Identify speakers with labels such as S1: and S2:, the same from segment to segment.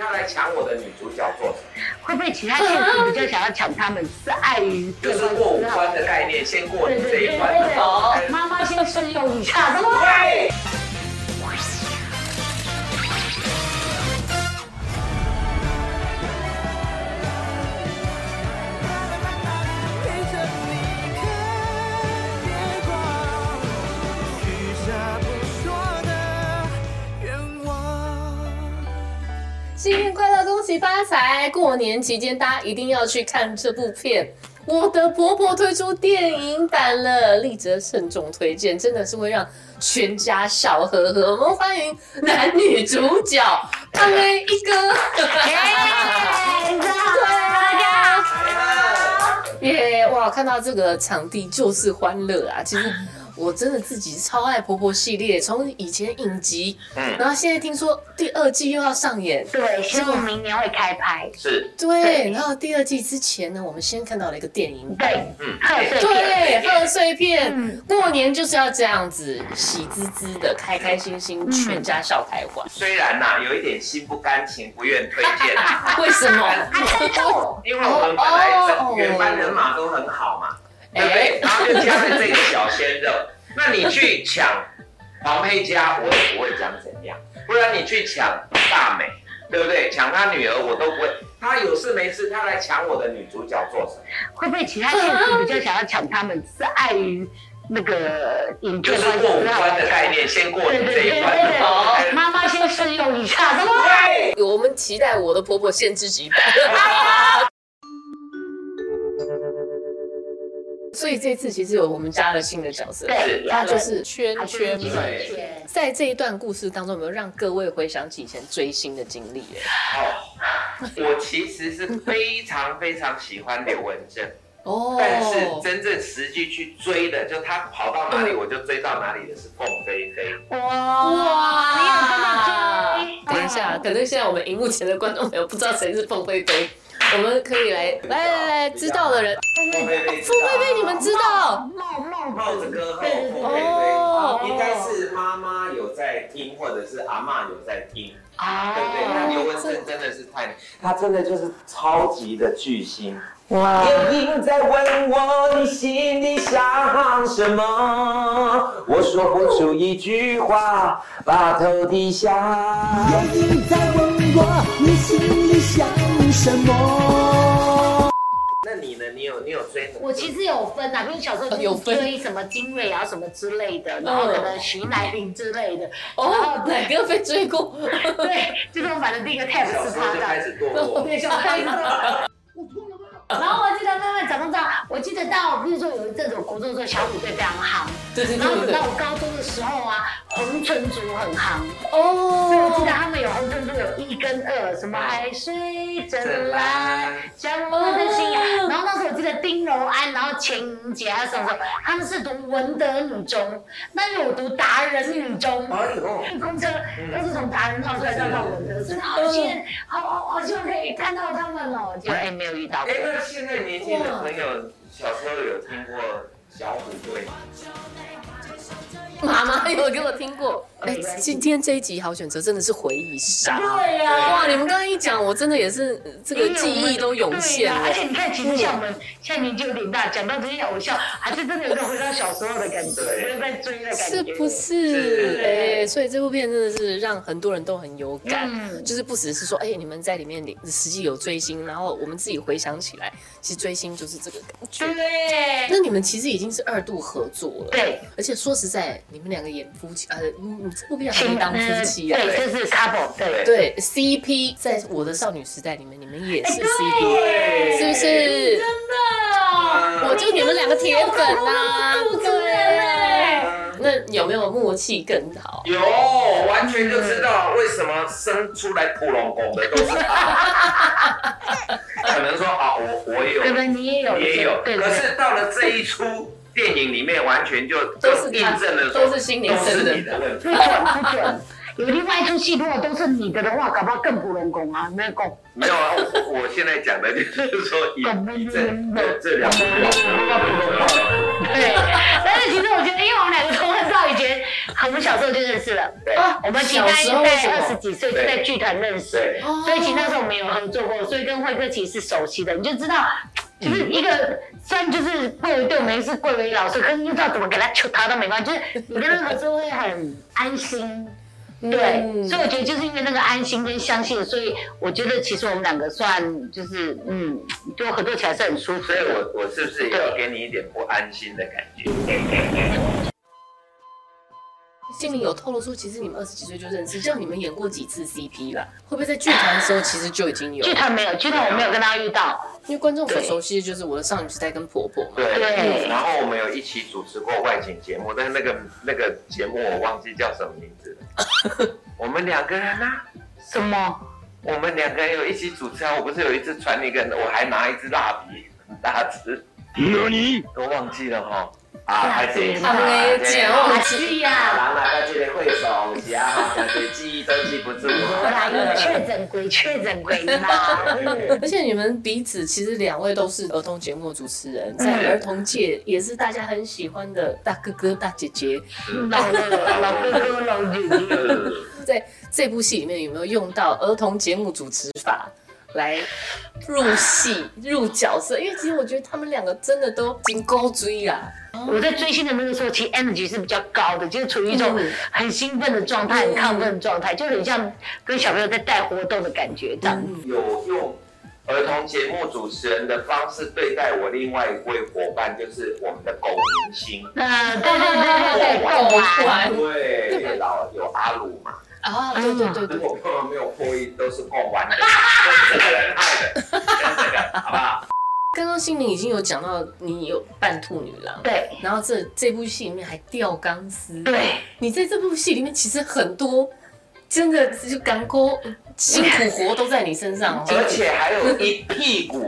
S1: 要来抢我的女主角做什么？
S2: 会不会其他剧组比较想要抢他们，是碍于
S1: 就
S2: 对
S1: 是
S2: 方
S1: 过五
S2: 知道
S1: 关的概念，先过
S2: 对
S1: 你
S2: 对
S1: 这
S2: 对
S1: 一
S2: 对
S1: 关。
S2: 对，妈妈先试用一下，对不对？
S1: 对，
S3: 陪着你看月光，许下不说的愿望。
S4: 新年快乐，恭喜发财！过年期间大家一定要去看这部片。我的婆婆推出电影版了，立哲慎重推荐，真的是会让全家笑呵呵。我们欢迎男女主角胖 A 一哥，
S2: 哎，大家好，
S4: 耶！哇，看到这个场地就是欢乐啊！其实我真的自己超爱婆婆系列，从以前影集，
S1: 嗯
S4: 然后现在听说第二季又要上演，
S2: 对，希望明年会开拍。
S1: 是，
S4: 对，然后第二季之前呢，我们先看到了一个电影版，
S2: 对，
S1: 嗯，
S2: 贺岁片，
S4: 对，贺岁片，
S2: 嗯
S4: 过年就是要这样子，喜滋滋的，开开心心，全家笑开怀。
S1: 虽然呐、有一点心不甘情不愿推荐，
S2: 嗯
S4: 为什么？
S1: 因为我们本来整原班人马都很好嘛，对不对？然后就加了这个小鲜肉，那你去抢王佩佳，我也不会讲怎样；不然你去抢大美，对不对？抢她女儿我都不会。她有事没事，她来抢我的女主角做什么？
S2: 会不会其他剧组比较想要抢他们，是碍于那个影
S1: 就
S2: 片
S1: 是
S2: 关系
S1: 过五
S2: 知道吗
S1: 关的概念，先过
S2: 对
S1: 你
S2: 对
S1: 这
S2: 对
S1: 一
S2: 对
S1: 关。
S2: 对，妈妈先试用一下，对不对？
S4: 我们期待我的婆婆限 制级版。所以这次其实有我们加了新的角色，
S2: 对
S4: 那就是圈圈
S2: 对
S4: 们。在这一段故事当中，有没有让各位回想起以前追星的经历耶？
S1: 哦，我其实是非常非常喜欢刘文正，
S4: 哦
S1: 但是真正实际去追的，就他跑到哪里我就追到哪里的是凤飞飞。
S2: 哇
S4: 哇，
S2: 你有这么追？
S4: 等一下，可能现在我们荧幕前的观众朋友不知道谁是凤飞飞，我们可以来来来来，知道的人，
S1: 凤飞飞，
S4: 凤飞飞你们知道？
S2: 梦梦
S1: 帽子歌后
S2: 对对对
S1: 凤飞
S4: 哦
S1: 飞，应该是妈妈有在听，或者是阿嬷有在听，对不对？
S4: 哦
S1: 那刘文正真的是太，他真的就是超级的巨星。
S2: 哇！
S1: 有人在问我，你心里想什么？我说不出一句话，把头低下。
S5: 你在问我，你心里想什么？
S1: 那你呢？你有你有追？
S2: 我其实有分啊呐，比如小时候
S4: 哦有
S2: 就是
S4: 分嗯
S2: 追什么精锐啊什么之类的，然后可能徐乃麟之类 的，
S4: 哦，哪个被追过？
S2: 对，就是我反正第一个 tab
S1: 小
S2: 是
S1: 时候
S2: 他
S1: 就开
S2: 的，
S1: 始堕落。
S2: 对，小时候开始的。然后我记得慢慢长大长大，我记得到，比如说有一阵子我国中的时候，小虎队非常夯，
S4: 对对
S2: 然后等
S4: 对对
S2: 到，我高中的时候啊，红唇族很夯，所以我记得
S4: 哦，
S2: 他们有红珍珠有一跟二，什么海水正蓝，将我的心呀。
S4: 哦
S2: 然后那时候我记得丁柔安，然后钱莹姐还有什么什么，他们是读文德女中，但是我读达人女中。
S1: 哎呦，
S2: 公车都是从达人绕出来绕到文德，真的好羡，好好好希望可以看到他们哦。就嗯哎，没有遇到
S1: 哎，那现在年轻的朋友，小时候有听过小虎队？
S4: 妈妈有给我听过。哎，今天这一集好选择真的是回忆杀。
S2: 对呀、
S4: 哇，你们刚刚一讲，我真的也是呃这个记忆都涌
S2: 对
S4: 现
S2: 啊而
S4: 了。
S2: 且你看，其实像我们现在年纪有点大，讲到这些偶像，还是真的有种回到小时候的感觉，
S1: 对
S2: 就是在追的感觉，
S4: 是不
S1: 是
S4: 是？哎，所以这部片真的是让很多人都很有感，
S2: 嗯
S4: 就是不只是说，哎，你们在里面里实际有追星，然后我们自己回想起来，其实追星就是这个感觉。
S2: 对
S4: 那你们其实已经是二度合作了，
S2: 对，
S4: 而且说实在，你们两个演夫妻，呃，嗯，这部片还没
S2: 情
S4: 当夫妻啊。
S2: 对，就是 couple，对。
S4: 对，CP 在我的少女时代里面，你们也是 CP，
S1: 对
S4: 是不？是？
S1: 嗯
S4: 我就你们两个铁粉啦、对。
S1: 嗯
S4: 那有没有默契更好？
S1: 有，完全就知道为什么生出来屠龙拱的都是他。 可能说啊，我我也有，
S2: 对不对？你也有，
S1: 你也有，
S2: 对
S1: 可
S2: 对
S1: 是到了这一出电影里面，完全就
S4: 都是
S1: 更印证了说，
S4: 都是心灵
S1: 都是
S4: 深的
S1: 你的问题。
S2: 对，不准不准。有另外一出戏，如果都是你的的话，搞不好更不能拱啊，没有拱。
S1: 没有啊，我我现在讲的就是说以以这这这两部。
S2: 对，但是其实我觉得，因为我们两个从很早以前，我们小时候就认识了。哦
S1: 对
S4: 啊
S2: 我们其实
S4: 小
S2: 大概
S4: 时候什
S2: 在
S4: 么
S2: 二十几岁就在剧团认识，
S1: 对，
S4: 哦
S2: 所以其实那时候我们有合作过，所以跟慧哥其实是熟悉的，你就知道，就是一个虽然就是贵为对我们是贵为老师，可是你不知道怎么给他求他都没关系，就是你跟他合作会很安心。对，
S4: 嗯
S2: 所以我觉得就是因为那个安心跟相信，所以我觉得其实我们两个算就是嗯，就合作起来是很舒服
S1: 所以
S2: 的。
S1: 我我是不是也要给你一点不安心的感觉？
S4: 心里有透露说，其实你们二十几岁就认识，像你们演过几次 CP 啦？会不会在剧团的时候其实就已经有？
S2: 剧团没有，剧团我没有跟他遇到。
S4: 因为观众所熟悉的就是我的少女时代跟婆婆嘛。
S1: 对，
S2: 对
S1: 然后我们有一起主持过外景节目，但是那个那个节目我忘记叫什么名字了。 我们两个人啊，
S2: 什么？
S1: 我们两个人有一起主持啊。我不是有一次传一个，我还拿一支蜡笔，很大支，都忘记了哈。啊，还是
S4: 啊没
S1: 姐
S4: 剪
S2: 阿
S4: 忘记
S2: 西
S1: 啊，
S2: 呀，
S1: 人啊，到这个会所有时啊，感觉记忆都记不住。啊
S2: 我来了，确诊鬼，确诊鬼嘛。
S4: 而且你们彼此其实两位都是儿童节目的主持人，
S1: 嗯
S4: 在儿童界也是大家很喜欢的大哥哥、大姐姐。
S2: 老了老哥哥，老 姐姐。
S4: 在这部戏里面有没有用到儿童节目主持法来入戏、入角色？因为其实我觉得他们两个真的都紧勾追啦。
S2: 我在追星的那个时候，其实 energy 是比较高的，就是处于一种
S4: 嗯
S2: 很兴奋的状态、很
S4: 嗯
S2: 亢奋的状态，就很像跟小朋友在带活动的感觉这样。
S1: 有用儿童节目主持人的方式对待我另外一位伙伴，就是我们的狗明星。
S2: 那对对对对对，
S4: 够
S2: 够玩。
S4: 玩
S1: 对，老有阿鲁嘛，
S4: 啊！对对对
S1: 如
S4: 对，
S1: 果根本没有破译，都是够玩的，跟这个人害的，跟这个好不好？
S4: 刚刚心灵已经有讲到你有扮兔女郎，
S2: 对
S4: 然后这这部戏里面还吊钢丝，
S2: 对，
S4: 你在这部戏里面其实很多真的就干沟辛苦活都在你身上哦。
S1: 而且还有一屁股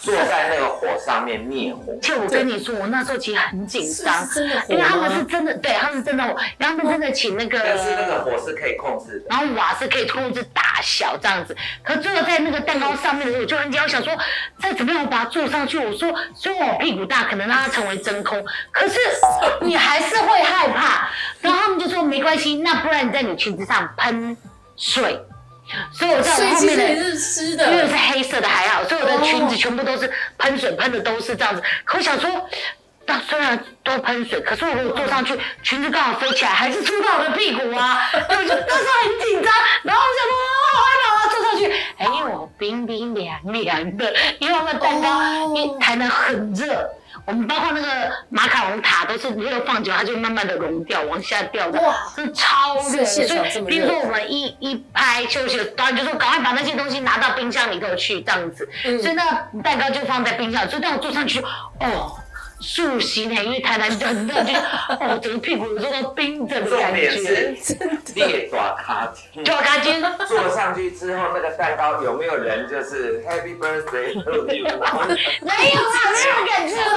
S1: 坐在那个火上面灭火，
S2: 而且我跟你说，我那时候其实很紧
S4: 是
S2: 张
S4: 是，真的火
S2: 因为他们是
S4: 吗？
S2: 真的，对，他们是真的，然后他们真的请那个，
S1: 但是那个火是可以控制的。
S2: 然后瓦是可以控制大小这样子。可最后在那个蛋糕上面的时候，我就很紧张，我想说再怎么样我把它做上去。我说虽然我屁股大，可能让它成为真空，可是你还是会害怕。然后他们就说没关系，那不然你在你裙子上喷水。所以我在
S4: 所以
S2: 我后
S4: 其实
S2: 面
S4: 你
S2: 的。
S4: 是湿
S2: 因为
S4: 的，
S2: 是黑色的还好，所以我的裙子全部都是喷水喷的都是这样子。可我想说，那虽然都喷水，可是我如果坐上去，裙子刚好飞起来，还是出到我的屁股啊！ 所以我就那时候很紧张，然后我想说，啊好害怕，我要坐上去。哎，因为我冰冰凉凉的，因为我们蛋糕
S4: 哦
S2: 一台南很热。我们包括那个马卡龙塔都是，如果放久它就慢慢的融掉，往下掉的，
S4: 哇
S2: 是超热。
S4: 现场这
S2: 所以
S4: 么
S2: 比如说
S4: 热
S2: 我们一一拍休息，导演就说赶快把那些东西拿到冰箱里头去，这样子。
S4: 嗯
S2: 所以那蛋糕就放在冰箱，所以当我坐上去，哦，竖心呢，因为台南很热，就是哦，整个屁股有这种冰着的
S1: 重
S2: 感
S1: 点
S2: 觉。
S1: 是列爪卡丁。
S2: 就他今天
S1: 坐上去之后，那个蛋糕有没有人就是 Happy Birthday to you？
S2: 没有啦，没有感觉啦。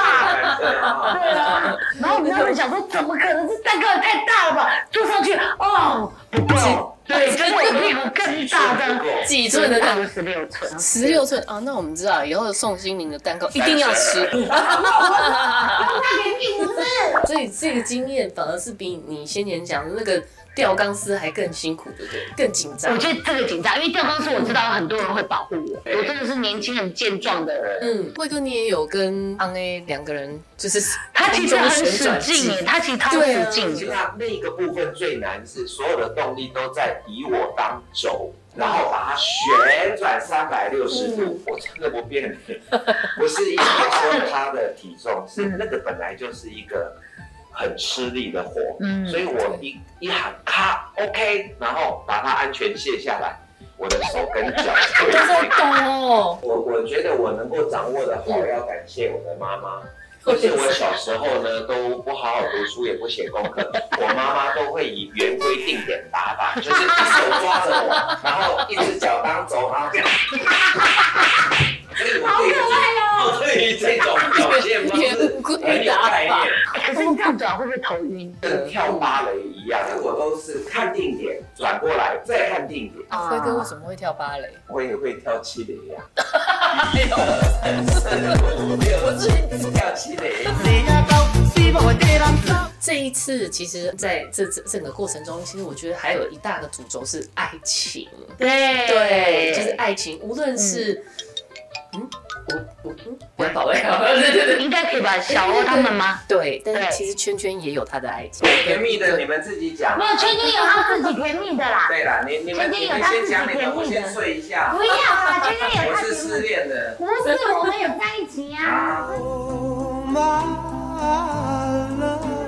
S2: 对啊，然后我们他们想说，怎么可能？这蛋糕也太大了吧？坐上去，哦，不够，对，就是我屁股更大的，
S4: 几寸的蛋糕。
S2: 十六寸，
S4: 十六寸啊，那我们知道以后宋心龄的蛋糕一定要吃，所以这个经验反而是比你先前讲的那个吊钢丝还更辛苦，对不对？更紧张
S2: 我。觉得这个紧张，因为吊钢丝我知道很多人会保护我，我真的是年轻很健壮的人。
S4: 嗯，慧哥，你也有跟安 A 两个人，就是
S2: 他其实很使
S4: 旋转
S2: 劲欸耶，他其实超
S4: 对
S2: 使
S4: 啊
S2: 劲的。
S1: 那那个部分最难是所有的动力都在以我当轴，
S2: 嗯
S1: 然后把它旋转三百六十度。我真的不变脸，不是因为说他的体重，是
S2: 嗯
S1: 那个本来就是一个很吃力的活，
S2: 嗯
S1: 所以我一一喊咔 OK，然后把它安全卸下来，我的手跟 脚就已经
S4: 哦，
S1: 我我觉得我能够掌握的
S4: 嗯
S1: 好，要感谢我的妈 妈。而且我小时候呢，都不好好读书，也不写功课。我妈妈都会以圆规定点打法，就是一手抓着我，然后一只脚当轴，然后这样。所以我对于我对于这种表现方式
S4: 哦圆规
S1: 很有
S4: 打
S1: 概
S4: 法
S1: 念，
S2: 可是你这样转会不会头晕？
S1: 跟跳芭蕾一样，我都是看定点，转过来再看定点，
S2: 啊
S4: 辉哥为什么会跳芭蕾？
S1: 我也会跳七连呀。五六七要七零。
S4: 这一次其实在这这整个过程中，其实我觉得还有一大个主轴是爱情，
S2: 对
S4: 对，就是爱情，无论是嗯，我我嗯，不要宝贝啊， 对对对。
S2: 应该可以吧？小欧他们吗？
S4: 对，但
S2: 对
S4: 是其实圈圈也有他的爱情，
S1: 甜蜜的你们自己讲
S2: 没。有，圈圈有他自己甜蜜的啦。
S1: 对啦，你你们
S2: 曾经
S1: 你
S2: 有
S1: 们
S2: 他
S1: 先
S2: 自己
S1: 讲你
S2: 甜
S1: 们，
S2: 蜜
S1: 我先
S2: 的
S1: 睡一下
S2: 不。要啦，圈圈有
S1: 我
S2: 他
S1: 是失
S2: 自己。
S1: 恋的。
S2: 不是，我们有在一起啊。
S1: 啊，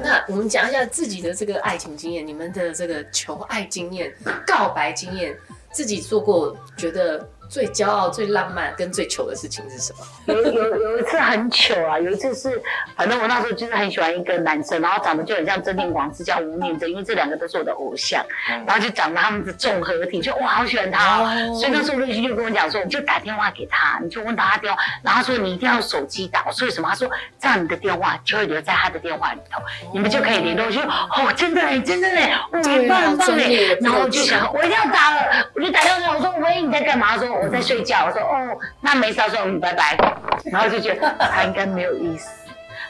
S4: 那我们讲一下自己的这个爱情经验，你们的这个求爱经验、告白经验，自己做过觉得最骄傲、最浪漫跟最糗的事情是什么？
S2: 有有有一次很糗啊，有一次是，反正我那时候就是很喜欢一个男生，然后长得就很像真定王是叫吴念真，因为这两个都是我的偶像，然后就长得他们的综合体，就哇好喜欢他、哦，所以那时候瑞希就跟我讲说，你就打电话给他，你就问他他电话，然后他说你一定要手机打，我说为什么？他说这样你的电话就会留在他的电话里头，你们就可以联络。我就哦真的哎真的哎，哇
S4: 对
S2: 很
S4: 啊
S2: 棒很棒
S4: 专业
S2: 哎
S4: 的，
S2: 然后我就
S4: 特质
S2: 想我一定要打了，我就打电话给他，我说喂你在干嘛？他说我在睡觉，我说哦那没事，他说嗯拜拜，然后就觉得他应该没有意思，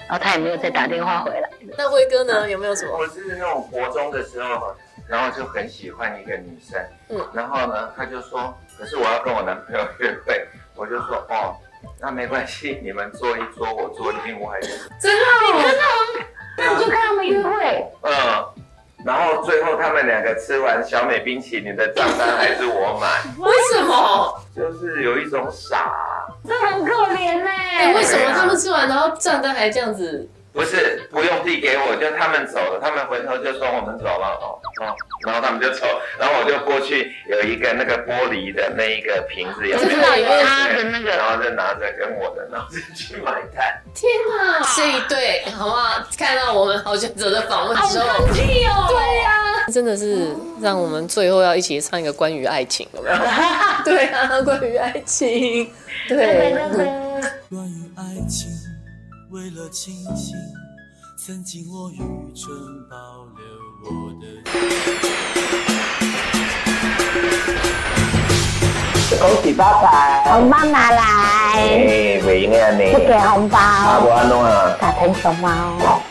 S2: 然后他也没有再打电话回来，
S4: 那辉哥呢？有没有什么？
S1: 我是那种国中的时候，然后就很喜欢一个女生，
S4: 嗯
S1: 然后呢，她就说，可是我要跟我男朋友约会，我就说哦，那没关系，你们做一桌，我做另外一桌，
S4: 真的、哦？
S2: 那你就跟他们约会，
S1: 嗯。然后最后他们两个吃完小美冰淇淋的账单还是我买，
S4: 为什么？
S1: 就是有一种傻，
S2: 这很可怜
S4: 哎、
S2: 哎
S4: 为什么他们吃完然后账单还这样子？
S1: 不是不用递给我，就他们走了，他们回头就说我们走了，哦哦，然后他们就走，然后我就过去有一个那个玻璃的那一个瓶子，有
S2: 我知
S1: 没有
S2: 道有他的那
S1: 然
S2: 个，
S1: 后就拿着跟我的，然后就去买单。
S4: 天哪！这一对好不好？看到我们好选择的访问
S2: 好
S4: 之后，
S2: 生气哦。对呀。
S4: 哎真的是让我们最后要一起唱一个关于爱情，有 没有？对啊，关于爱情，
S2: 哎
S4: 对，
S5: 关于爱情，为了清醒，曾经我愚蠢保留我的。
S1: 恭喜发财！
S2: 红包拿来，
S1: 哎，美英啊你
S2: 不， 给红包，
S1: 阿伯安弄啊。
S2: 打成熊猫。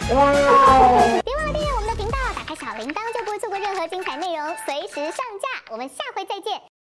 S6: 别忘了订阅我们的频道，打开小铃铛就不会错过任何精彩内容，随时上架。我们下回再见。